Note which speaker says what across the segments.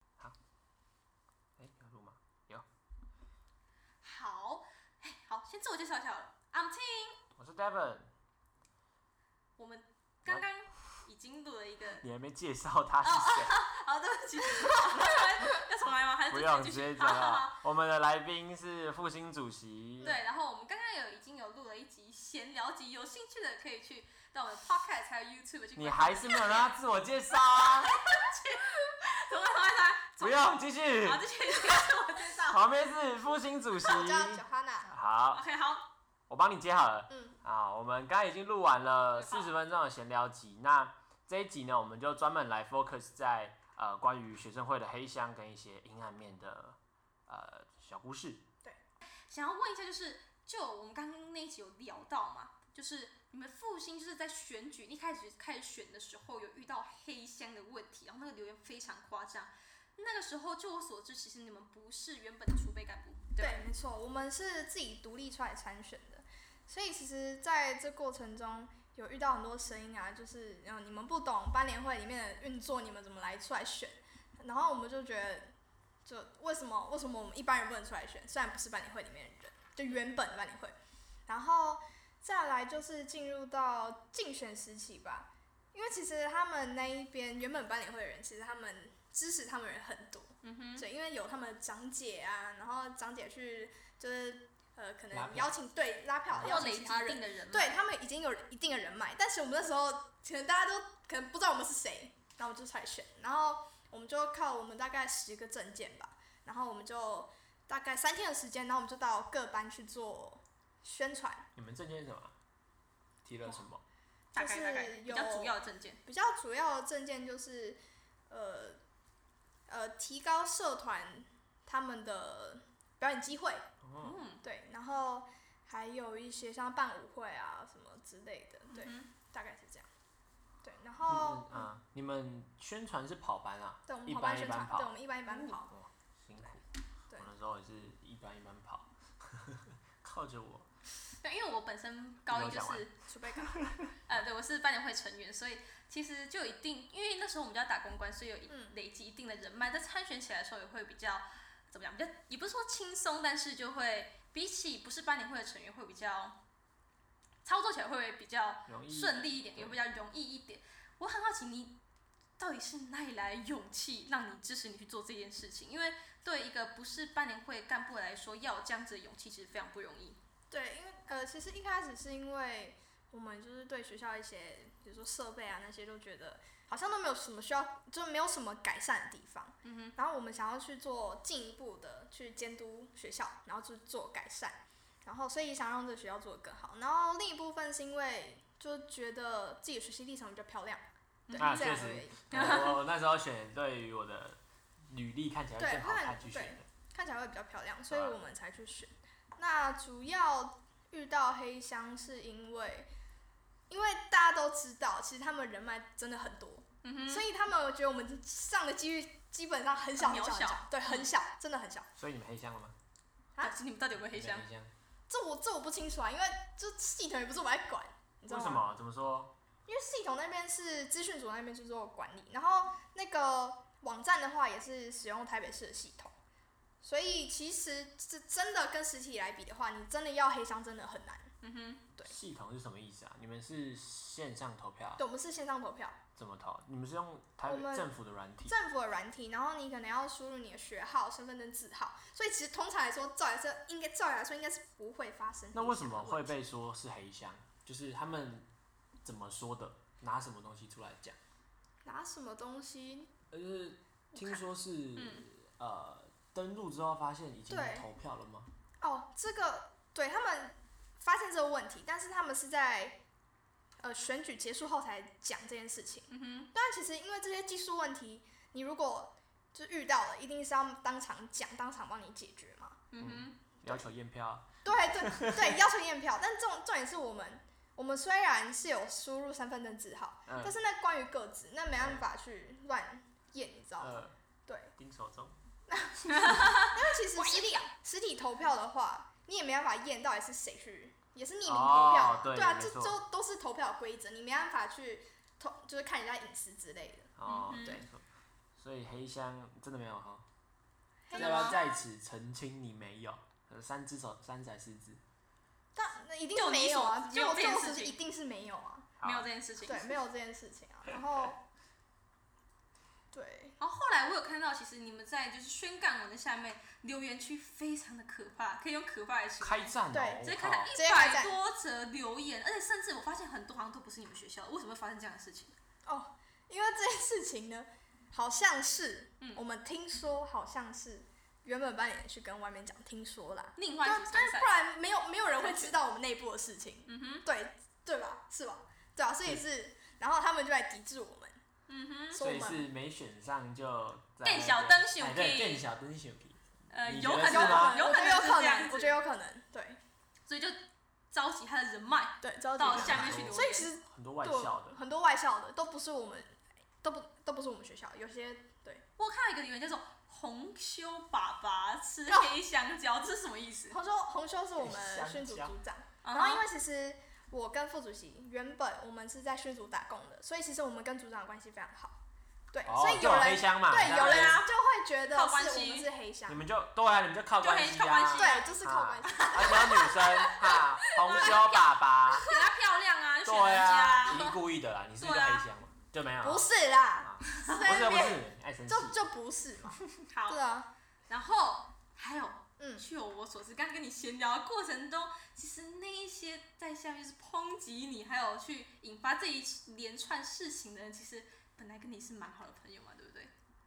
Speaker 1: 哎
Speaker 2: 哎玩笑了，I'm Ting。
Speaker 1: 我是 Devon，
Speaker 2: 我们刚刚已经录 了一个，
Speaker 1: 你还没介绍他是谁，
Speaker 2: 好，对不起，要重来吗？还是
Speaker 1: 不用
Speaker 2: 哦 继
Speaker 1: 直
Speaker 2: 续
Speaker 1: 接
Speaker 2: 好
Speaker 1: 讲
Speaker 2: 好好
Speaker 1: 了。我们的来宾是复兴主席，
Speaker 2: 对，，然后我们刚刚有已经有录了一集闲聊集，有兴趣的可以去到我们的 Podcast 还有 YouTube 去观看。
Speaker 1: 你还是没有让他自我介绍 啊！
Speaker 2: 重来重来重来，
Speaker 1: 不用继续
Speaker 2: 好，，这 些应该是我介绍。
Speaker 1: 旁边是复兴主席，
Speaker 3: 我叫 Johanna，
Speaker 1: 好，
Speaker 2: OK，好，
Speaker 1: 我帮你接好了。
Speaker 3: 嗯，
Speaker 1: 啊，我们刚才已经录完了四十分钟的闲聊集，那这一集呢，我们就专门来 focus 在呃关于学生会的黑箱跟一些阴暗面的呃小故事。
Speaker 2: 想要问一下，就是就我们刚刚那一集有聊到嘛，就是你们复兴就是在选举一开始开始选的时候有遇到黑箱的问题，然后那个留言非常夸张。那个时候，就我所知，其实你们不是原本的储备干部，对吧
Speaker 3: 对，没错，我们是自己独立出来参选的，所以其实在这过程中有遇到很多声音啊，就是嗯你们不懂班联会里面的运作，你们怎么来出来选？然后我们就觉得，就为什么为什么我们一般人不能出来选？虽然不是班联会里面的人，就原本的班联会，然后再来就是进入到竞选时期吧，因为其实他们那一边原本班联会的人，其实他们支持他们的人很多，
Speaker 2: 嗯哼，
Speaker 3: 对，因为有他们的长姐啊，然后长姐去就是呃，可
Speaker 1: 拉
Speaker 3: 能
Speaker 1: 票
Speaker 3: 邀请对拉票，邀
Speaker 2: 要
Speaker 3: 请
Speaker 2: 累
Speaker 3: 其
Speaker 2: 积
Speaker 3: 他
Speaker 2: 一定
Speaker 3: 人，
Speaker 2: 的人嘛，
Speaker 3: 对他们已经有一定的人脉，但是我们那时候可能大家都可能不知道我们是谁，然后我们就出来选，然后我们就靠我们大概十个证件吧，然后我们就大概三天的时间，然后我们就到各班去做宣传，
Speaker 1: 你们这件是什么？提了什么？
Speaker 2: 大概大概
Speaker 3: 就是
Speaker 2: 比较
Speaker 3: 有
Speaker 2: 主要的证件，
Speaker 3: 比较主要的证件就是，呃，呃，提高社团他们的表演机会，
Speaker 1: 哦，
Speaker 2: 嗯，
Speaker 3: 对，然后还有一些像办舞会啊什么之类的，对，
Speaker 2: 嗯哼
Speaker 3: 大概是这样。对，然
Speaker 1: 你
Speaker 3: 后
Speaker 1: 们啊，你们宣传是跑班啊？
Speaker 3: 对我们
Speaker 1: 一
Speaker 3: 跑
Speaker 1: 般
Speaker 3: 班
Speaker 1: 一
Speaker 3: 宣
Speaker 1: 般
Speaker 3: 传，
Speaker 1: 跑
Speaker 3: 对我们一般一般跑，
Speaker 1: 哦，辛苦。
Speaker 3: 对
Speaker 1: 我那时候也是一般一般跑， 靠着我。
Speaker 2: 对，因为我本身高一就
Speaker 1: 你有讲完
Speaker 2: 是，
Speaker 3: 储备岗，
Speaker 2: 呃，对我是班联会成员，所以其实就有一定，因为那时候我们就要打公关，所以有一
Speaker 3: 嗯
Speaker 2: 累积一定的人脉，在参选起来的时候也会比较怎么讲，比较也不是说轻松，但是就会比起不是班联会的成员会比较操作起来会比
Speaker 3: 啊
Speaker 2: 较
Speaker 1: 容易
Speaker 2: 顺利一点，
Speaker 1: 对
Speaker 2: 也比较容易一点。我很好奇你。到底是哪里来勇气让你支持你去做这件事情？因为对一个不是班联会干部来说，要有这样子的勇气其实非常不容易。
Speaker 3: 对，因为呃，其实一开始是因为我们就是对学校一些，比如说设备啊那些，都觉得好像都没有什么需要，就没有什么改善的地方。
Speaker 2: 嗯哼。
Speaker 3: 然后我们想要去做进一步的去监督学校，然后去做改善，然后所以想让这个学校做得更好。然后另一部分是因为就觉得自己的学习历程比较漂亮，
Speaker 2: 嗯
Speaker 3: 对，
Speaker 1: 啊
Speaker 3: 这样
Speaker 1: 确实
Speaker 3: 而已。
Speaker 1: 我我那时候选对于我的履历看起来
Speaker 3: 对
Speaker 1: 更好
Speaker 3: 看
Speaker 1: 看去选的，
Speaker 3: 看起来会比较漂亮，所以
Speaker 1: 啊
Speaker 3: 我们才去选。那主要遇到黑箱是因为，因为大家都知道，其实他们人脉真的很多，
Speaker 2: 嗯哼，
Speaker 3: 所以他们觉得我们上的几率基本上很小
Speaker 2: 很
Speaker 3: 很小
Speaker 2: 渺小
Speaker 3: 很小，对，很小，真的很小。
Speaker 1: 所以你们黑箱了吗？
Speaker 3: 啊
Speaker 2: 啊，你们到底有没有黑箱
Speaker 1: 你？们黑箱？
Speaker 3: 这我这我不清楚啊，因为这系统也不是我来管，你知道
Speaker 1: 为
Speaker 3: 吗？
Speaker 1: 什么？怎么说？
Speaker 3: 因为系统那边是资讯组那边去做管理，然后那个网站的话也是使用台北市的系统，所以其实这真的跟实体来比的话，你真的要黑箱真的很难。
Speaker 2: 嗯哼，
Speaker 3: 对
Speaker 1: 系统是什么意思啊？你们是线上投票啊，
Speaker 3: 对，我们是线上投票，
Speaker 1: 怎么投？你们是用台
Speaker 3: 我
Speaker 1: 北
Speaker 3: 们
Speaker 1: 政府的软体？
Speaker 3: 政府的软体，然后你可能要输入你的学号、身份证字号，所以其实通常来说，照来说应该照理来说应该是不会发生。
Speaker 1: 那为什么会？被说是黑箱？就是他们怎么说的？拿什么东西出来讲？
Speaker 3: 拿什么东西？
Speaker 1: 呃，就是
Speaker 3: 我
Speaker 1: 听
Speaker 3: 看
Speaker 1: 说是、
Speaker 2: 嗯
Speaker 1: 呃登录之后发现已经
Speaker 3: 对
Speaker 1: 投票了吗？
Speaker 3: 哦，这个对他们发现这个问题，但是他们是在呃选举结束后才讲这件事情。
Speaker 2: 嗯哼，
Speaker 3: 但其实因为这些技术问题，你如果就遇到了，一定是要当场讲，当场帮你解决嘛。
Speaker 2: 嗯哼，
Speaker 1: 要求验票啊，
Speaker 3: 对对对，要求验票。但重重点是我们，我们虽然是有输入身份证字号，
Speaker 1: 嗯
Speaker 3: 但是那关于个子，那没办法去乱验，你知道
Speaker 2: 嗯
Speaker 3: 吗？
Speaker 1: 呃，
Speaker 3: 对，
Speaker 1: 丁守中，
Speaker 3: 因为其实实体实体投票的话，你也没办法验到底是谁去，也是匿名投
Speaker 1: 哦
Speaker 3: 票嘛，
Speaker 1: 对
Speaker 3: 啊，
Speaker 1: 没
Speaker 3: 这
Speaker 1: 错
Speaker 3: 都都是投票规则，你没办法去投，就是看人家隐私之类的。
Speaker 1: 哦，
Speaker 2: 嗯
Speaker 1: 对，所以黑箱真的没有哈，
Speaker 2: 真
Speaker 1: 要
Speaker 2: 的
Speaker 1: 不
Speaker 2: 吗
Speaker 3: 啊
Speaker 1: 要在此澄清你没有？呃三只手，三仔四只，
Speaker 3: 但那一定
Speaker 2: 就是你
Speaker 3: 没有啊，
Speaker 2: 所
Speaker 3: 就
Speaker 2: 就这件
Speaker 3: 就
Speaker 2: 事
Speaker 3: 是
Speaker 2: 情
Speaker 3: 一定是没有啊，
Speaker 1: 好
Speaker 2: 没有这件事情。
Speaker 3: 对，没有这件事情啊。然后，对，
Speaker 2: 然后后来我有看到，其实你们在就是宣干文的下面留言区非常的可怕，可以用可怕来形容。
Speaker 1: 开战
Speaker 3: 对
Speaker 1: 哦，
Speaker 2: 直
Speaker 1: 我
Speaker 2: 接
Speaker 1: 靠
Speaker 2: 看到
Speaker 3: 直
Speaker 2: 一
Speaker 3: 接开
Speaker 2: 百
Speaker 3: 战
Speaker 2: 多则留言，而且甚至我发现很多好像都不是你们学校的，为什么会发生这样的事情？
Speaker 3: 哦因为这件事情呢，好像是、
Speaker 2: 嗯
Speaker 3: 我们听说，好像是原本班也去跟外面讲，听说啦，
Speaker 2: 另
Speaker 3: 对
Speaker 2: 外一
Speaker 3: 啊，
Speaker 2: 组
Speaker 3: 但
Speaker 2: 参
Speaker 3: 是
Speaker 2: 赛
Speaker 3: 不，然没有没有人会知道我们内部的事情，
Speaker 2: 嗯哼，
Speaker 3: 对对吧？是吧？对啊，所以是，然后他们就来抵制我们，
Speaker 2: 嗯哼，
Speaker 3: 说
Speaker 1: 所
Speaker 3: 我
Speaker 1: 以
Speaker 3: 们
Speaker 1: 是没选上就在
Speaker 2: 更小
Speaker 1: 那边
Speaker 2: 灯小
Speaker 1: 哎对，
Speaker 2: 屁
Speaker 1: 更小灯小屁
Speaker 2: 呃，
Speaker 1: 你
Speaker 2: 有
Speaker 1: 觉得
Speaker 2: 可
Speaker 1: 是吗
Speaker 2: 能，
Speaker 3: 有
Speaker 2: 可
Speaker 3: 可
Speaker 2: 能
Speaker 3: 能，我
Speaker 2: 是
Speaker 3: 觉得有
Speaker 2: 这样子啊
Speaker 3: 可能，我觉得有可能，对
Speaker 2: 所以就召集他的人脉
Speaker 3: 对，知道
Speaker 2: 到
Speaker 3: 这个
Speaker 2: 下面去留言。
Speaker 3: 所以其实
Speaker 1: 很多外
Speaker 3: 对
Speaker 1: 校的，
Speaker 3: 很多外校的都不是我们，都不都不是我们学校，有些
Speaker 2: 我看到一个留言叫做“红修爸爸吃
Speaker 3: 哦
Speaker 2: 黑香蕉”，这是什么意思？啊
Speaker 3: 红修红修是我
Speaker 1: 香
Speaker 3: 们训组
Speaker 1: 蕉
Speaker 3: 组长。
Speaker 2: 然
Speaker 3: 然后因为其实我跟副主席原本我们是在训组打工的，所以其实我们跟组长的关系非常好。对，
Speaker 1: 哦，
Speaker 3: 所以
Speaker 1: 就
Speaker 3: 有
Speaker 1: 黑
Speaker 3: 人
Speaker 1: 箱嘛，
Speaker 3: 对
Speaker 1: 那
Speaker 3: 有人
Speaker 1: 边
Speaker 3: 就会觉得
Speaker 2: 啊靠关
Speaker 3: 是我
Speaker 2: 系
Speaker 3: 们是黑
Speaker 1: 你
Speaker 3: 箱，
Speaker 1: 们就对啊，你们就靠
Speaker 2: 就很
Speaker 1: 关系
Speaker 2: 靠关
Speaker 1: 啊
Speaker 2: 系，
Speaker 3: 对，就是靠关系。
Speaker 1: 而且有女生哈，红修爸爸，
Speaker 2: 给他漂亮啊，就选
Speaker 1: 对
Speaker 2: 人家
Speaker 1: 啊，
Speaker 2: 啊
Speaker 1: 你。是故意的啦，你是一个
Speaker 2: 对啊
Speaker 1: 黑箱嘛，就没有啊，
Speaker 3: 不是啦
Speaker 1: 啊，
Speaker 3: 是
Speaker 1: 不是
Speaker 3: 那
Speaker 1: 不
Speaker 3: 边
Speaker 1: 是，爱生气，
Speaker 3: 就就不是嘛，
Speaker 2: 好
Speaker 3: 对，啊，
Speaker 2: 然后还有，
Speaker 3: 嗯
Speaker 2: 据我所知，刚跟你闲聊的过程中，其实那一些在下面就是抨击你，还有去引发这一连串事情的人，其实本来跟你是蛮好的朋友嘛，对不对？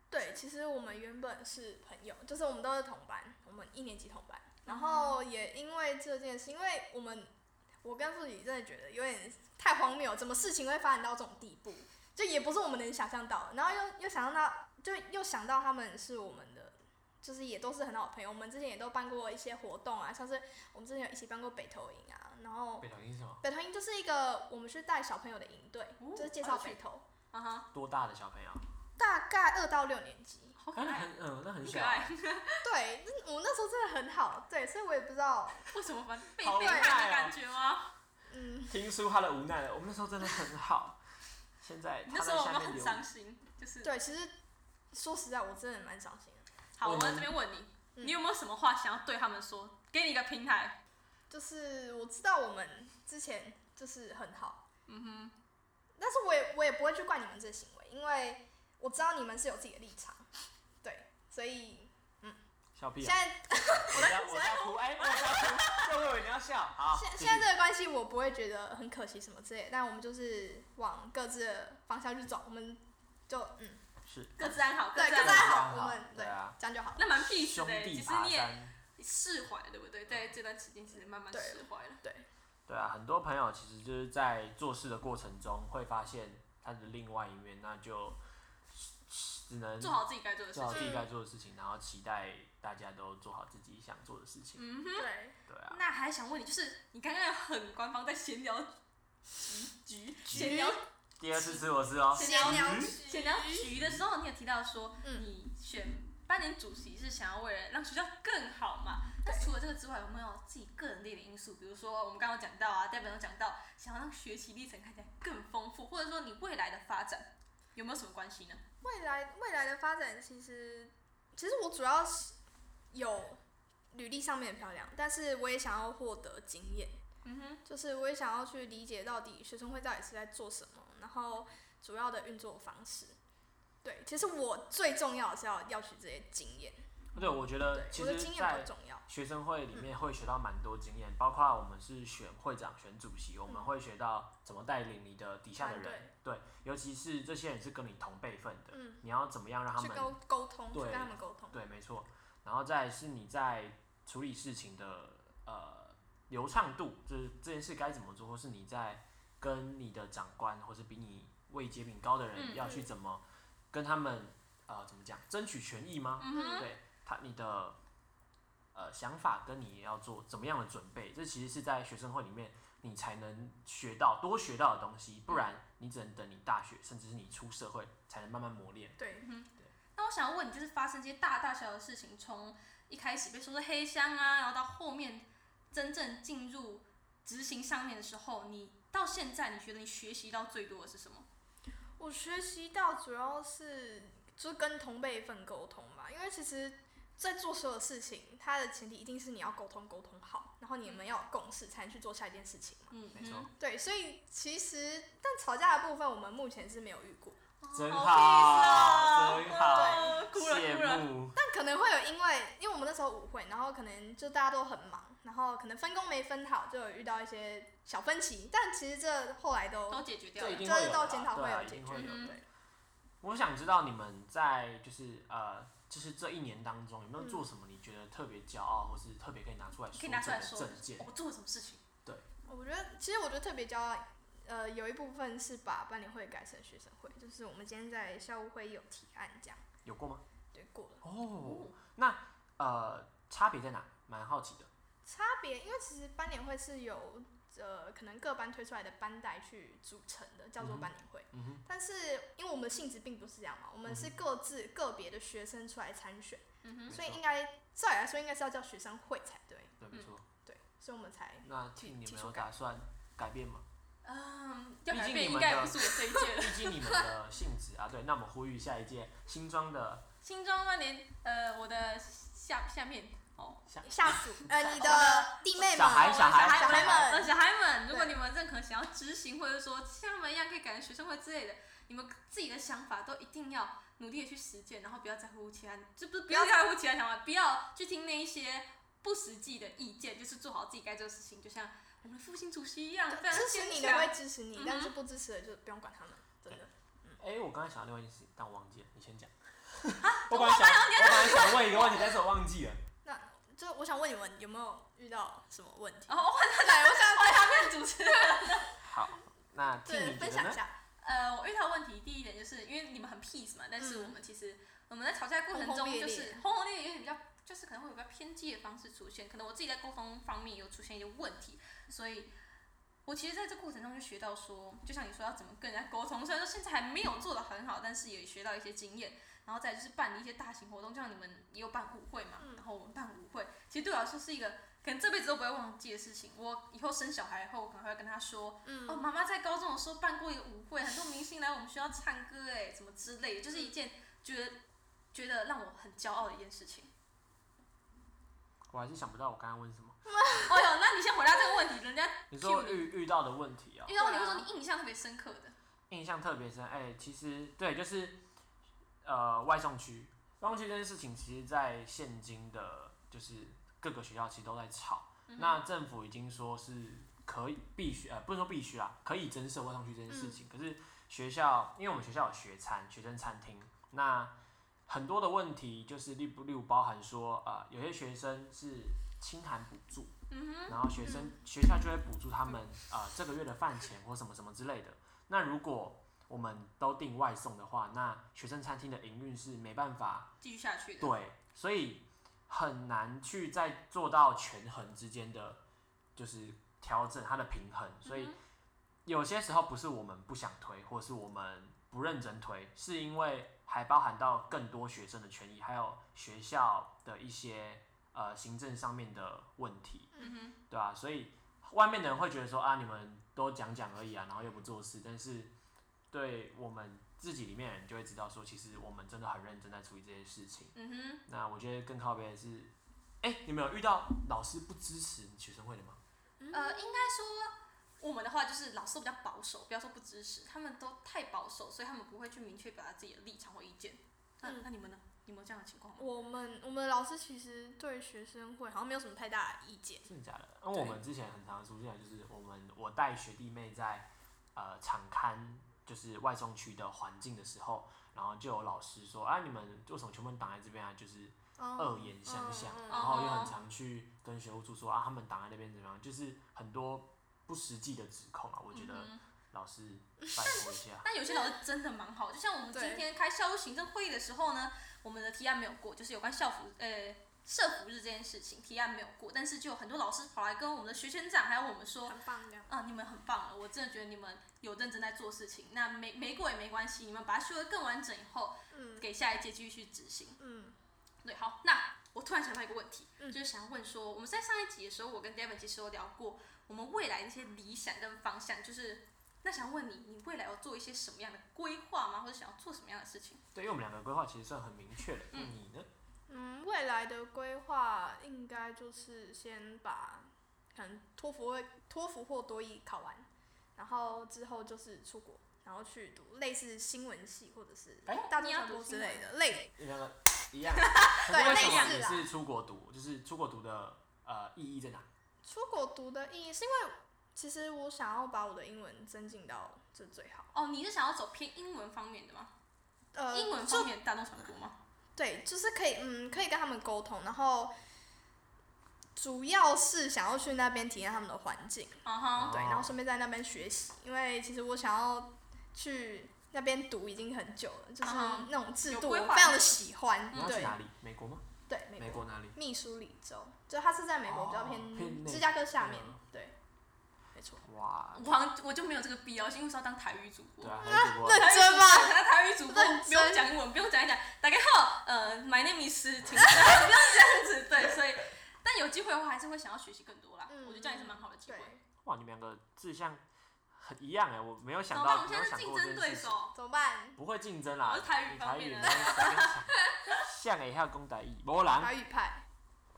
Speaker 3: 对，其实我们原本是朋友，就是我们都是同班，我们一年级同班。然后
Speaker 2: 嗯
Speaker 3: 也因为这件事，因为我们我跟副主席真的觉得有点太荒谬，怎么事情会发展到这种地步？就也不是我们能想象到的。然后又又想象到，就又想到他们是我们的，就是也都是很好的朋友。我们之前也都办过一些活动啊，像是我们之前有一起办过北投营啊，然后
Speaker 1: 北小心什么？
Speaker 3: 北投营就是一个我们去带小朋友的营队，
Speaker 2: 哦
Speaker 3: 就是介
Speaker 2: 好
Speaker 3: 绍
Speaker 2: 有趣
Speaker 3: 北投，
Speaker 2: 啊哈，
Speaker 1: 多大的小朋友？
Speaker 3: 大概二到六年级。
Speaker 2: 好可
Speaker 1: 哎，那
Speaker 2: 爱，
Speaker 1: 很嗯，那很
Speaker 2: 很
Speaker 1: 小
Speaker 2: 可
Speaker 1: 啊，
Speaker 2: 爱。
Speaker 3: 对，那我那时候真的很好，对，所以我也不知道，
Speaker 2: 为什么反正被
Speaker 1: 好
Speaker 2: 背
Speaker 3: 可
Speaker 2: 叛
Speaker 1: 爱
Speaker 2: 的
Speaker 1: 哦
Speaker 2: 感觉吗？
Speaker 3: 嗯，
Speaker 1: 听出他的无奈了。我们那时候真的很好，现在
Speaker 2: 你
Speaker 1: 他
Speaker 2: 那时
Speaker 1: 在
Speaker 2: 候有
Speaker 1: 下
Speaker 2: 没有
Speaker 1: 面
Speaker 2: 很
Speaker 1: 留
Speaker 2: 伤心？就是
Speaker 3: 对，其实说实在，我真的蛮伤心的，
Speaker 2: 好，
Speaker 1: 我
Speaker 2: 我在
Speaker 1: 能
Speaker 2: 这边问你，
Speaker 3: 嗯
Speaker 2: 你有没有什么话想要对他们说？给你一个平台。
Speaker 3: 就是我知道我们之前就是很好，
Speaker 2: 嗯哼，
Speaker 3: 但是我也我也不会去怪你们这行为，因为我知道你们是有自己的立场，对，所以
Speaker 1: 小屁
Speaker 3: 现
Speaker 1: 啊，
Speaker 3: 在
Speaker 1: 我在我在哭，哎，我在哭， 这我以为你要笑，好，
Speaker 3: 现
Speaker 1: 继
Speaker 3: 现在
Speaker 1: 续
Speaker 3: 这个关系我不会觉得很可惜什么之类的，但我们就是往各自的方向去走，我们就嗯，
Speaker 1: 是
Speaker 2: 各自安好，各
Speaker 3: 对，
Speaker 2: 自
Speaker 3: 各
Speaker 2: 安
Speaker 3: 自
Speaker 2: 好。
Speaker 3: 安好，
Speaker 1: 各自安
Speaker 3: 我
Speaker 1: 好
Speaker 3: 们
Speaker 1: 对
Speaker 3: 对
Speaker 1: 啊，
Speaker 3: 这样就好了，
Speaker 2: 那蛮 peace
Speaker 1: 兄
Speaker 2: 的欸，
Speaker 1: 弟
Speaker 2: 其实
Speaker 1: 爬
Speaker 2: 你也
Speaker 1: 山。
Speaker 2: 释怀了，对不对？在这段时间，其实慢慢
Speaker 3: 对
Speaker 2: 释怀了。
Speaker 1: 对啊，很多朋友其实就是在做事的过程中会发现他的另外一面，那就只能
Speaker 2: 做好自己该做的事
Speaker 1: 做好
Speaker 2: 情。
Speaker 1: 自己该做的事情，然后期待大家都做好自己想做的事情。
Speaker 2: 嗯哼，
Speaker 3: 对。
Speaker 1: 对啊，
Speaker 2: 那还想问你，就是你刚刚很官方在闲聊局局闲聊
Speaker 1: 第二次吃我吃哦，
Speaker 2: 闲
Speaker 3: 闲
Speaker 2: 聊
Speaker 3: 聊
Speaker 2: 闲聊局的时候，你有提到说，
Speaker 3: 嗯
Speaker 2: 你选班年主席是想要为了让学校更好嘛？那除了这个之外，有没有自己个人的一点因素？比如说我们刚刚有讲到啊，代表有讲到想要让学习历程看起来更丰富，或者说你未来的发展有没有什么关系呢？
Speaker 3: 未来未来的发展，其实其实我主要是有履历上面的漂亮，但是我也想要获得经验，
Speaker 2: 嗯哼，
Speaker 3: 就是我也想要去理解到底学生会到底是在做什么，然后主要的运作方式。对，其实我最重要的是要要取这些经验，
Speaker 1: 嗯对，我觉
Speaker 3: 对
Speaker 1: 得，呃其
Speaker 3: 我的
Speaker 1: 实，
Speaker 3: 经验比较
Speaker 1: 在
Speaker 3: 重要。
Speaker 1: 学生会里面会学到蛮多经验，包括我们是选会长、选主席，我们
Speaker 3: 嗯
Speaker 1: 会学到怎么带领你的底下的人，对，尤其是这些人是跟你同辈分的，
Speaker 3: 嗯，
Speaker 1: 你要怎么样让他
Speaker 3: 去
Speaker 1: 们
Speaker 3: 沟沟通，去
Speaker 1: 对
Speaker 3: 跟他们沟通。
Speaker 1: 对，没错。然后再来是你在处理事情的呃流畅度，就是这件事该怎么做，或是你在跟你的长官或是比你位阶比你高的人
Speaker 2: 嗯
Speaker 1: 要去
Speaker 3: 嗯
Speaker 1: 怎么跟他们呃怎么讲争取权益吗？
Speaker 2: 嗯哼，
Speaker 1: 对他你的呃想法跟你要做怎么样的准备，这其实是在学生会里面你才能学到多学到的东西，不然你只能等你大学甚至是你出社会才能慢慢磨练。
Speaker 3: 对，
Speaker 2: 那我想要问你，就是发生这些大大小小的事情，从一开始被说是黑箱啊，然后到后面真正进入执行上面的时候，你到现在你觉得你学习到最多的是什么？
Speaker 3: 我学习到主要是就是跟同辈份沟通吧，因为其实，在做所有事情，它的前提一定是你要沟通沟通好，然后你
Speaker 1: 嗯
Speaker 3: 们要有共识才能去做下一件事情嘛。
Speaker 2: 嗯，
Speaker 1: 没错
Speaker 2: 嗯
Speaker 3: 对，所以其实但吵架的部分我们目前是没有遇过，
Speaker 1: 真
Speaker 2: 好
Speaker 1: 好真
Speaker 2: peace 啊
Speaker 1: 好
Speaker 2: 对哭了哭
Speaker 1: 羡
Speaker 2: 了，
Speaker 1: 慕。
Speaker 3: 但可能会有因为因为我们那时候舞会，然后可能就大家都很忙，然后可能分工没分好，就有遇到一些小分歧，但其实这后来都
Speaker 2: 都解决掉
Speaker 1: 这一
Speaker 2: 了
Speaker 1: 定。
Speaker 3: 就
Speaker 1: 会
Speaker 3: 是
Speaker 1: 有
Speaker 3: 到
Speaker 1: 啦
Speaker 3: 检讨
Speaker 1: 对
Speaker 3: 会
Speaker 1: 啊
Speaker 3: 有
Speaker 1: 一
Speaker 3: 解
Speaker 1: 定
Speaker 3: 决嗯
Speaker 1: 会
Speaker 3: 的，
Speaker 2: 有
Speaker 3: 对。
Speaker 1: 我想知道你们在就是呃，就是这一年当中有没有做什么你觉得特别骄傲，或是特别可以拿出来
Speaker 2: 可
Speaker 1: 说
Speaker 2: 以拿出来
Speaker 1: 的
Speaker 2: 说
Speaker 1: 证件，
Speaker 2: 我做了什么事情？
Speaker 3: 我觉得，其实我觉得特别骄傲，呃，有一部分是把班联会改成学生会，就是我们今天在校务会议有提案这样，
Speaker 1: 有过吗？
Speaker 3: 对，过了。
Speaker 1: 哦，那呃，差别在哪？蛮好奇的。
Speaker 3: 差别，因为其实班联会是由呃可能各班推出来的班代去组成的，叫
Speaker 1: 嗯
Speaker 3: 做
Speaker 1: 哼
Speaker 3: 班联会。
Speaker 1: 嗯哼，
Speaker 3: 但是因为我们的性质并不是这样嘛，我们是各自个别的学生出来参选，
Speaker 2: 嗯哼，
Speaker 3: 所以
Speaker 1: 没错
Speaker 3: 应该照理来说应该是要叫学生会才对，
Speaker 1: 对，没错。
Speaker 3: 对，所以我们才呃
Speaker 1: 那 T 你
Speaker 3: 嗯技
Speaker 1: 们
Speaker 3: 术
Speaker 1: 有
Speaker 3: 感
Speaker 1: 打算改变吗？
Speaker 2: 嗯，要
Speaker 1: 毕
Speaker 2: 改
Speaker 1: 竟
Speaker 2: 变
Speaker 1: 你
Speaker 2: 应
Speaker 1: 们
Speaker 2: 该也
Speaker 1: 的
Speaker 2: 不是我这一届了。
Speaker 1: 毕竟你们的性质啊，对，那我们呼吁下一届新庄的
Speaker 2: 新庄曼联，呃，我的下下面哦，
Speaker 3: 下属呃你的弟妹们，
Speaker 1: 小孩小孩
Speaker 3: 小孩们
Speaker 2: 呃，小孩们，如果
Speaker 3: 对
Speaker 2: 你们任何想要执行，或者说像他们一样可以改成学生会之类的，你们自己的想法都一定要努力的去实践，然后不要在乎其他，就不是不要在乎其他想法，不要去听那一些不实际的意见，就是做好自己该做的事情，就像我们的复兴主席一样，啊非常
Speaker 3: 支持
Speaker 2: 坚
Speaker 3: 你的
Speaker 2: 强
Speaker 3: 会支持你，
Speaker 2: 嗯哼
Speaker 3: 但是不支持的就不用管他们，真的。
Speaker 1: 哎、我刚才想到另外一件事情，但我忘记了，你先讲。 我本来想，我本来想问一个问题，但是我忘记了。
Speaker 3: 那就我想问你们有没有遇到什么问题？
Speaker 2: 然后换
Speaker 3: 对，我想
Speaker 2: 换他变主持人。
Speaker 1: 好，那 T
Speaker 3: 对
Speaker 1: 你
Speaker 3: 分
Speaker 1: 觉得
Speaker 3: 享一
Speaker 1: 呢？
Speaker 3: 下，
Speaker 2: 呃，我遇到问题第一点就是因为你们很 peace 嘛，但是
Speaker 3: 嗯
Speaker 2: 我们其实、我们在吵架的过程
Speaker 3: 轰轰
Speaker 2: 中
Speaker 3: 烈
Speaker 2: 就
Speaker 3: 烈
Speaker 2: 是轰轰烈烈，有点比较就是可能会有比较偏激的方式出现，可能我自己在沟通方面有出现一些问题，所以我其实在这过程中就学到说，就像你说要怎么跟人家沟通，虽然说现在还没有做的很好，但是也学到一些经验。然后再就是办理一些大型活动，就像你们也有办舞会嘛，
Speaker 3: 嗯
Speaker 2: 然后我们办舞会，其实对我来说是一个可能这辈子都不会忘记的事情。我以后生小孩后，我可能会跟他说，哦，
Speaker 3: 嗯，
Speaker 2: 妈妈在高中的时候办过一个舞会，很多明星来我们学校唱歌，哎，什么之类的，就是一件觉得觉得让我很骄傲的一件事情。
Speaker 1: 我还是想不到我刚刚问什么。
Speaker 2: 哦哟，那你先回答这个问题，人家
Speaker 1: 你说
Speaker 2: Q 你
Speaker 1: 遇遇到的问题啊、
Speaker 2: 遇到你会说你印象特别深刻的，
Speaker 1: 印象特别深。哎、其实对，就是呃外送区，外送区这件事情，其实在现今的，就是各个学校其实都在吵。
Speaker 2: 嗯哼
Speaker 1: 那政府已经说是可以必须，呃，不能说必须啦，可以增设外送区这件事
Speaker 2: 嗯
Speaker 1: 情。可是学校，因为我们学校有学餐、学生餐厅，那很多的问题就是例不例如包含说，呃，有些学生是清寒补助，
Speaker 2: 嗯哼，
Speaker 1: 然后学生学校就会补助他们啊、呃、这个月的饭钱或什么什么之类的。那如果我们都订外送的话，那学生餐厅的营运是没办法
Speaker 2: 继续下去的，
Speaker 1: 对，所以很难去再做到权衡之间的，就是调整它的平衡。所以
Speaker 2: 嗯哼
Speaker 1: 有些时候不是我们不想推，或是我们不认真推，是因为还包含到更多学生的权益，还有学校的一些呃行政上面的问题，
Speaker 2: 嗯
Speaker 1: 对吧、所以外面的人会觉得说啊，你们都讲讲而已啊，然后又不做事，但是对我们自己里面的人就会知道说，其实我们真的很认真在处理这些事情。
Speaker 2: 哼，嗯哼。
Speaker 1: 那我觉得更靠背的是，哎、你们有遇到老师不支持学生会的吗？
Speaker 2: 呃，应该说我们的话就是老师都比较保守，不要说不支持，他们都太保守，所以他们不会去明确表达自己的立场或意见。那、
Speaker 3: 嗯
Speaker 2: 那你们呢？你们有这样的情况吗？
Speaker 3: 我们我们老师其实对学生会好像没有什么太大的意见，
Speaker 1: 真的假的？因为我们之前很常出现，就是我们我带学弟妹在呃场刊，就是外送区的环境的时候，然后就有老师说，啊，你们为什么全部人挡在这边啊？就是恶言相向，
Speaker 3: 哦嗯嗯嗯
Speaker 1: 然后又很常去跟学务处说啊，他们挡在那边怎么样？就是很多不实际的指控啊，我觉得
Speaker 2: 嗯哼。
Speaker 1: 老师拜托一下
Speaker 2: 但有些老师真的蛮好，就像我们
Speaker 3: 对
Speaker 2: 今天开校务行政会议的时候呢，我们的提案没有过，就是有关校服呃社服日这件事情提案没有过，但是就有很多老师跑来跟我们的学生长还有我们说，
Speaker 3: 很棒这样。
Speaker 2: 啊，你们很棒了，我真的觉得你们有认真在做事情，那没没过也没关系，你们把它修得更完整以后，
Speaker 3: 嗯
Speaker 2: 给下一届继续去执行。
Speaker 3: 嗯
Speaker 2: 对，好，那我突然想到一个问题，
Speaker 3: 嗯
Speaker 2: 就是想问说，我们在上一集的时候，我跟 Devin 其实有聊过我们未来的一些理想跟方向，就是那想问你，你未来有做一些什么样的规划吗？或者想要做什么样的事情？
Speaker 1: 对，因为我们两个规划其实算很明确的。那
Speaker 2: 嗯
Speaker 1: 你呢？
Speaker 3: 嗯，未来的规划应该就是先把可能托福会托福或多益考完，然后之后就是出国，然后去读类似新闻系或者是
Speaker 1: 哎
Speaker 3: 大众
Speaker 2: 你要
Speaker 3: 传
Speaker 2: 读
Speaker 3: 播之
Speaker 2: 新
Speaker 3: 类
Speaker 2: 闻啊
Speaker 3: 的类。
Speaker 1: 你两个一样。可是为什么
Speaker 3: 类
Speaker 1: 你
Speaker 3: 似啦
Speaker 1: 是出国读？就是出国读的呃意义在哪？
Speaker 3: 出国读的意义是因为其实我想要把我的英文增进到这最好。
Speaker 2: 哦，你是想要走偏英文方面的吗？
Speaker 3: 呃，
Speaker 2: 英文
Speaker 3: 就
Speaker 2: 方面的大众传播吗？
Speaker 3: 对，就是可以，嗯，可以跟他们沟通，然后主要是想要去那边体验他们的环境，
Speaker 2: 啊哈，
Speaker 3: 对，
Speaker 1: 哦
Speaker 3: 然后顺便在那边学习，因为其实我想要去那边读已经很久了，就是
Speaker 2: 嗯哼
Speaker 3: 那种制
Speaker 2: 有
Speaker 3: 度
Speaker 2: 规
Speaker 3: 我
Speaker 2: 划嗯
Speaker 3: 非常的
Speaker 2: 的
Speaker 3: 喜欢，
Speaker 1: 你要去
Speaker 3: 嗯对
Speaker 1: 哪里？美国吗？
Speaker 3: 对，
Speaker 1: 美国哪里？
Speaker 3: 密苏里州，就它是在美国比较
Speaker 1: 哦偏
Speaker 3: 偏
Speaker 1: 内哦
Speaker 3: 芝加哥下面
Speaker 1: 嗯，
Speaker 3: 对，没错，
Speaker 1: 哇，
Speaker 2: 我好像我就没有这个必要性，因为是要当台语主播
Speaker 1: 对。啊，还是国外
Speaker 3: 认
Speaker 2: 台语主
Speaker 3: 真吗
Speaker 2: 播？台语主播
Speaker 3: 认真
Speaker 2: 不用讲英文，不用讲一讲。大家好，呃，My name is 婷，不用这样子，对，所以，但有机会的话，还是会想要学习更多啦。
Speaker 3: 嗯
Speaker 2: 我觉得这样也是蛮好的机
Speaker 3: 对
Speaker 2: 会。，
Speaker 1: 哇，你们两个志向很一样哎，我没有
Speaker 2: 怎
Speaker 1: 想
Speaker 2: 么办？
Speaker 1: 到，
Speaker 2: 我们
Speaker 1: 没有
Speaker 2: 现在是
Speaker 1: 想
Speaker 2: 竞
Speaker 1: 过这
Speaker 2: 争对
Speaker 1: 件事情。
Speaker 2: 手。
Speaker 3: 怎么办？
Speaker 1: 不会竞争啦，
Speaker 2: 我是台语
Speaker 1: 你
Speaker 2: 方
Speaker 1: 台
Speaker 2: 面
Speaker 1: 语
Speaker 2: 的
Speaker 1: 你 在那边想像也要攻打义，波兰。
Speaker 3: 法语派，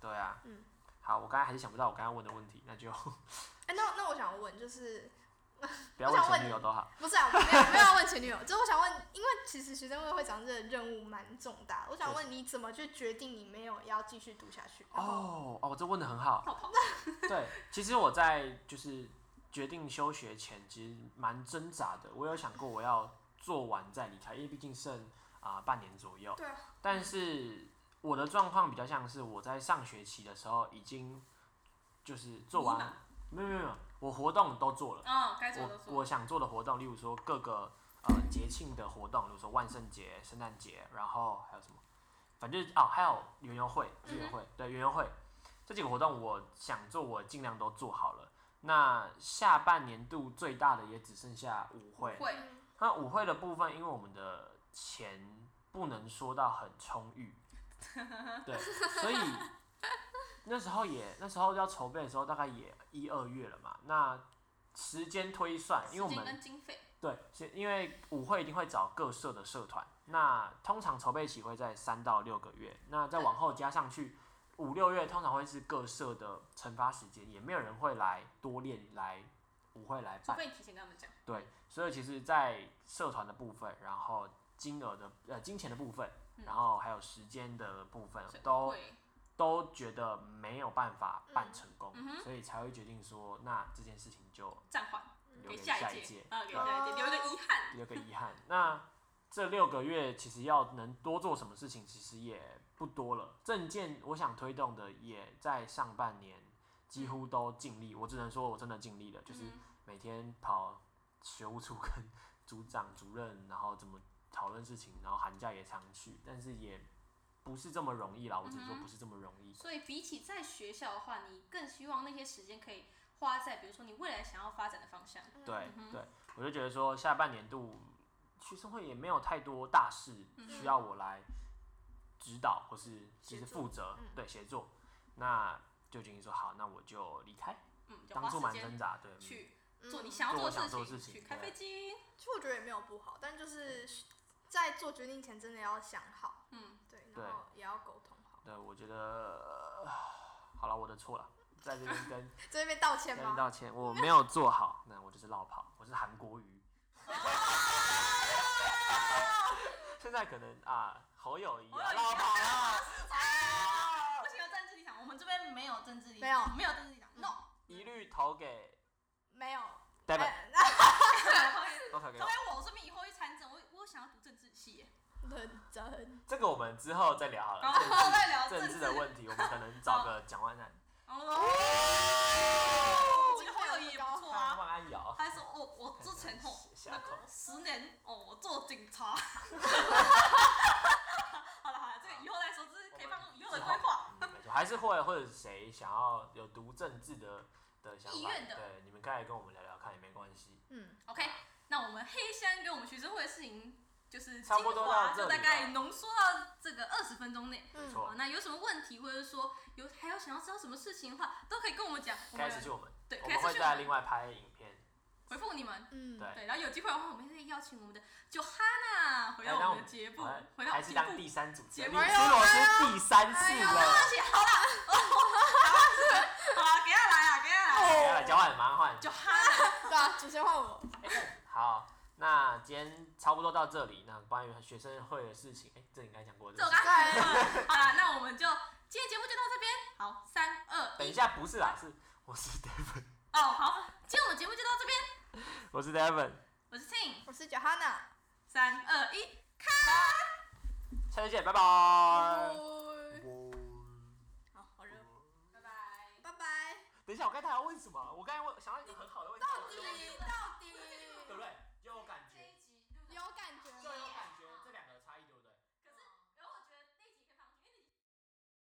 Speaker 1: 对啊，
Speaker 3: 嗯
Speaker 1: 好，我刚才还是想不到我刚刚问的问题，那就
Speaker 3: 哎，那那我想问就是。
Speaker 1: 不要
Speaker 3: 我
Speaker 1: 问
Speaker 3: 想问
Speaker 1: 前女友都好。
Speaker 3: 不是啊，我没有没有要问前女友，就是我想问，因为其实学生会会长这个任务蛮重大，我想问你怎么去决定你没有要继续读下去？然后，
Speaker 1: 哦哦，这问的很好。
Speaker 2: 好跑
Speaker 1: 对，其实我在就是决定休学前，其实蛮挣扎的。我有想过我要做完再离开，因为毕竟剩啊、半年左右。
Speaker 3: 对啊
Speaker 1: 但是我的状况比较像是我在上学期的时候已经就是做完
Speaker 2: 迷茫，
Speaker 1: 没有没有没有，我活动都做了。
Speaker 2: 嗯，该做的
Speaker 1: 我
Speaker 2: 都做。
Speaker 1: 我想做的活动，例如说各个呃节庆的活动，比如说万圣节、圣诞节，然后还有什么，反正哦还有园游会，不是园游会，
Speaker 2: 嗯
Speaker 1: 对园游会这几个活动，我想做我尽量都做好了。那下半年度最大的也只剩下舞会，
Speaker 2: 会，
Speaker 1: 那舞会的部分，因为我们的钱不能说到很充 裕，对，所以那时候也那时候要筹备的时候，大概也一二月了嘛。那时间推算，因为我
Speaker 2: 时间
Speaker 1: 们
Speaker 2: 跟经费，
Speaker 1: 对，是因为舞会一定会找各社的社团，那通常筹备期会在三到六个月，那再往后加上去五六月，通常会是各社的惩罚时间，也没有人会来多练来舞会来
Speaker 2: 除
Speaker 1: 办。
Speaker 2: 非你提前跟他们讲。
Speaker 1: 对，所以其实，在社团的部分，然后金额的呃金钱的部分，
Speaker 2: 嗯
Speaker 1: 然后还有时间的部分，
Speaker 2: 所以
Speaker 1: 都
Speaker 2: 会
Speaker 1: 都觉得没有办法办成功，
Speaker 2: 嗯嗯哼
Speaker 1: 所以才会决定说，那这件事情就
Speaker 2: 暂缓，
Speaker 1: 留
Speaker 2: 嗯给
Speaker 1: 给
Speaker 2: 下
Speaker 1: 下
Speaker 2: 一
Speaker 1: 一
Speaker 2: 届
Speaker 1: 届，
Speaker 2: 啊，给下一届留一个遗憾。
Speaker 1: 留个遗憾。那这六个月其实要能多做什么事情，其实也不多了。证件我想推动的也在上半年几乎都尽力，我只能说我真的尽力了，就是
Speaker 2: 嗯
Speaker 1: 每天跑学务处跟组长、主任，然后怎么讨论事情，然后寒假也常去，但是也不是这么容易啦。我只能说
Speaker 2: 嗯哼
Speaker 1: 不是这么容易。
Speaker 2: 所以比起在学校的话，你更希望那些时间可以花在，比如说你未来想要发展的方向。
Speaker 1: 对
Speaker 2: 嗯哼
Speaker 1: 对，我就觉得说下半年度学生会也没有太多大事
Speaker 3: 嗯
Speaker 1: 需要我来指导或是就
Speaker 3: 协
Speaker 1: 是
Speaker 3: 作
Speaker 1: 负责
Speaker 3: 嗯
Speaker 1: 对协作，那就决定说好，那我就离开。
Speaker 2: 嗯，就
Speaker 1: 当初
Speaker 2: 花
Speaker 1: 蛮
Speaker 2: 时
Speaker 1: 挣
Speaker 2: 间
Speaker 1: 扎，对，嗯
Speaker 2: 去
Speaker 3: 嗯
Speaker 2: 做你想要
Speaker 1: 做我
Speaker 2: 的
Speaker 1: 想做
Speaker 2: 事
Speaker 1: 的事情
Speaker 2: 去开
Speaker 1: 对
Speaker 2: 飞机。
Speaker 3: 其实我觉得也没有不好，但就是在做决定前真的要想好，
Speaker 2: 嗯，
Speaker 3: 对，
Speaker 1: 对
Speaker 3: 然后也要沟通好。
Speaker 1: 对，我觉得、呃好了，我的错了，在这边跟
Speaker 3: 这边道歉
Speaker 1: 在这边
Speaker 3: 吗？
Speaker 1: 道歉，我没有做好，那我就是落跑，我是韩国瑜。
Speaker 2: 哦
Speaker 1: 现在可能啊，侯友谊
Speaker 2: 侯
Speaker 1: 啊，
Speaker 2: 友宜
Speaker 1: 落跑啊，
Speaker 2: 不行，有政治立场，我们这边没有政治立
Speaker 3: 没有
Speaker 2: 没有政治立场
Speaker 3: 嗯
Speaker 2: ，no。
Speaker 1: 一律投给
Speaker 3: 没有，
Speaker 1: Devin，
Speaker 3: 哎
Speaker 2: 啊
Speaker 1: 都 投给
Speaker 2: 投
Speaker 1: 我。
Speaker 2: 给我，我顺便以后会参政，我我想要读政治系耶。
Speaker 3: 认真，
Speaker 1: 这个我们之后再聊好
Speaker 2: 然后
Speaker 1: 了。
Speaker 2: 再聊
Speaker 1: 政治政治
Speaker 2: 治
Speaker 1: 的。问题，我们可能找个蒋万安、
Speaker 3: 哦
Speaker 2: 哦，我觉得侯友谊也不错
Speaker 1: 蒋
Speaker 2: 啊。
Speaker 1: 万安瑶，
Speaker 2: 他说哦，我之前哦，
Speaker 1: 下口
Speaker 2: 十年哦，我做警察。 好了好了，这个以后再说，这是可以放入以后的规划。
Speaker 1: 嗯没错，还是会或者谁想要有读政治的的想
Speaker 2: 意
Speaker 1: 法，
Speaker 2: 愿的
Speaker 1: 对，你们可以来跟我们聊聊看也没关系。
Speaker 3: 嗯，
Speaker 2: OK，那我们黑箱跟我们学生会的事情就是
Speaker 1: 差不多到
Speaker 2: 精华就
Speaker 1: 这里
Speaker 2: 大
Speaker 1: 吧
Speaker 2: 概浓缩到这个二十分钟内。
Speaker 1: 没
Speaker 3: 嗯
Speaker 1: 错
Speaker 2: 好，，那有什么问题，或者说有还有想要知道什么事情的话，都可以跟我们讲。我
Speaker 1: 开
Speaker 2: 们
Speaker 1: 始去我们，
Speaker 2: 对，
Speaker 1: 我
Speaker 2: 开
Speaker 1: 们
Speaker 2: 始
Speaker 1: 会
Speaker 2: 去
Speaker 1: 再另外拍影片。
Speaker 2: 回复你们。
Speaker 3: 嗯，
Speaker 1: 对
Speaker 2: 对，然后有机会的话，我们会邀请我们的就哈娜回到
Speaker 1: 来让我
Speaker 2: 我们
Speaker 1: 们
Speaker 2: 的节目
Speaker 1: 哎，
Speaker 2: 回到我
Speaker 1: 还
Speaker 2: 们
Speaker 1: 是
Speaker 2: 节
Speaker 1: 当
Speaker 2: 目。
Speaker 1: 第三主持人，
Speaker 2: 节
Speaker 1: 李
Speaker 2: 目
Speaker 1: 斯罗是第三次
Speaker 2: 哎呦
Speaker 1: 了。
Speaker 2: 好了，给他来啊，给他来
Speaker 1: 哎换。
Speaker 2: 就哈兰，
Speaker 3: 对啊，主持人换我。
Speaker 1: 好，那今天差不多到这里。那关于学生会的事情，哎、这你刚才讲过
Speaker 2: 这我
Speaker 1: 的。
Speaker 2: 刚才 讲了。好啦，那我们就今天节目就到这边。好，三二
Speaker 1: 等一
Speaker 2: 一，
Speaker 1: 下，不是啦，是我是 Devon，
Speaker 2: 哦，好，今天我们节目就到这边。
Speaker 1: 我是 Devon，
Speaker 2: 我是 Ting，
Speaker 3: 我是 Johanna。
Speaker 2: 三二一，
Speaker 1: 下次见，拜拜。
Speaker 3: 拜
Speaker 2: 好，好热，哦拜拜。
Speaker 3: 拜。
Speaker 1: 等一下，我刚才要问什么？我刚才问想到一个很好的问题，
Speaker 3: 到底到底。
Speaker 1: 对不对？
Speaker 2: 哎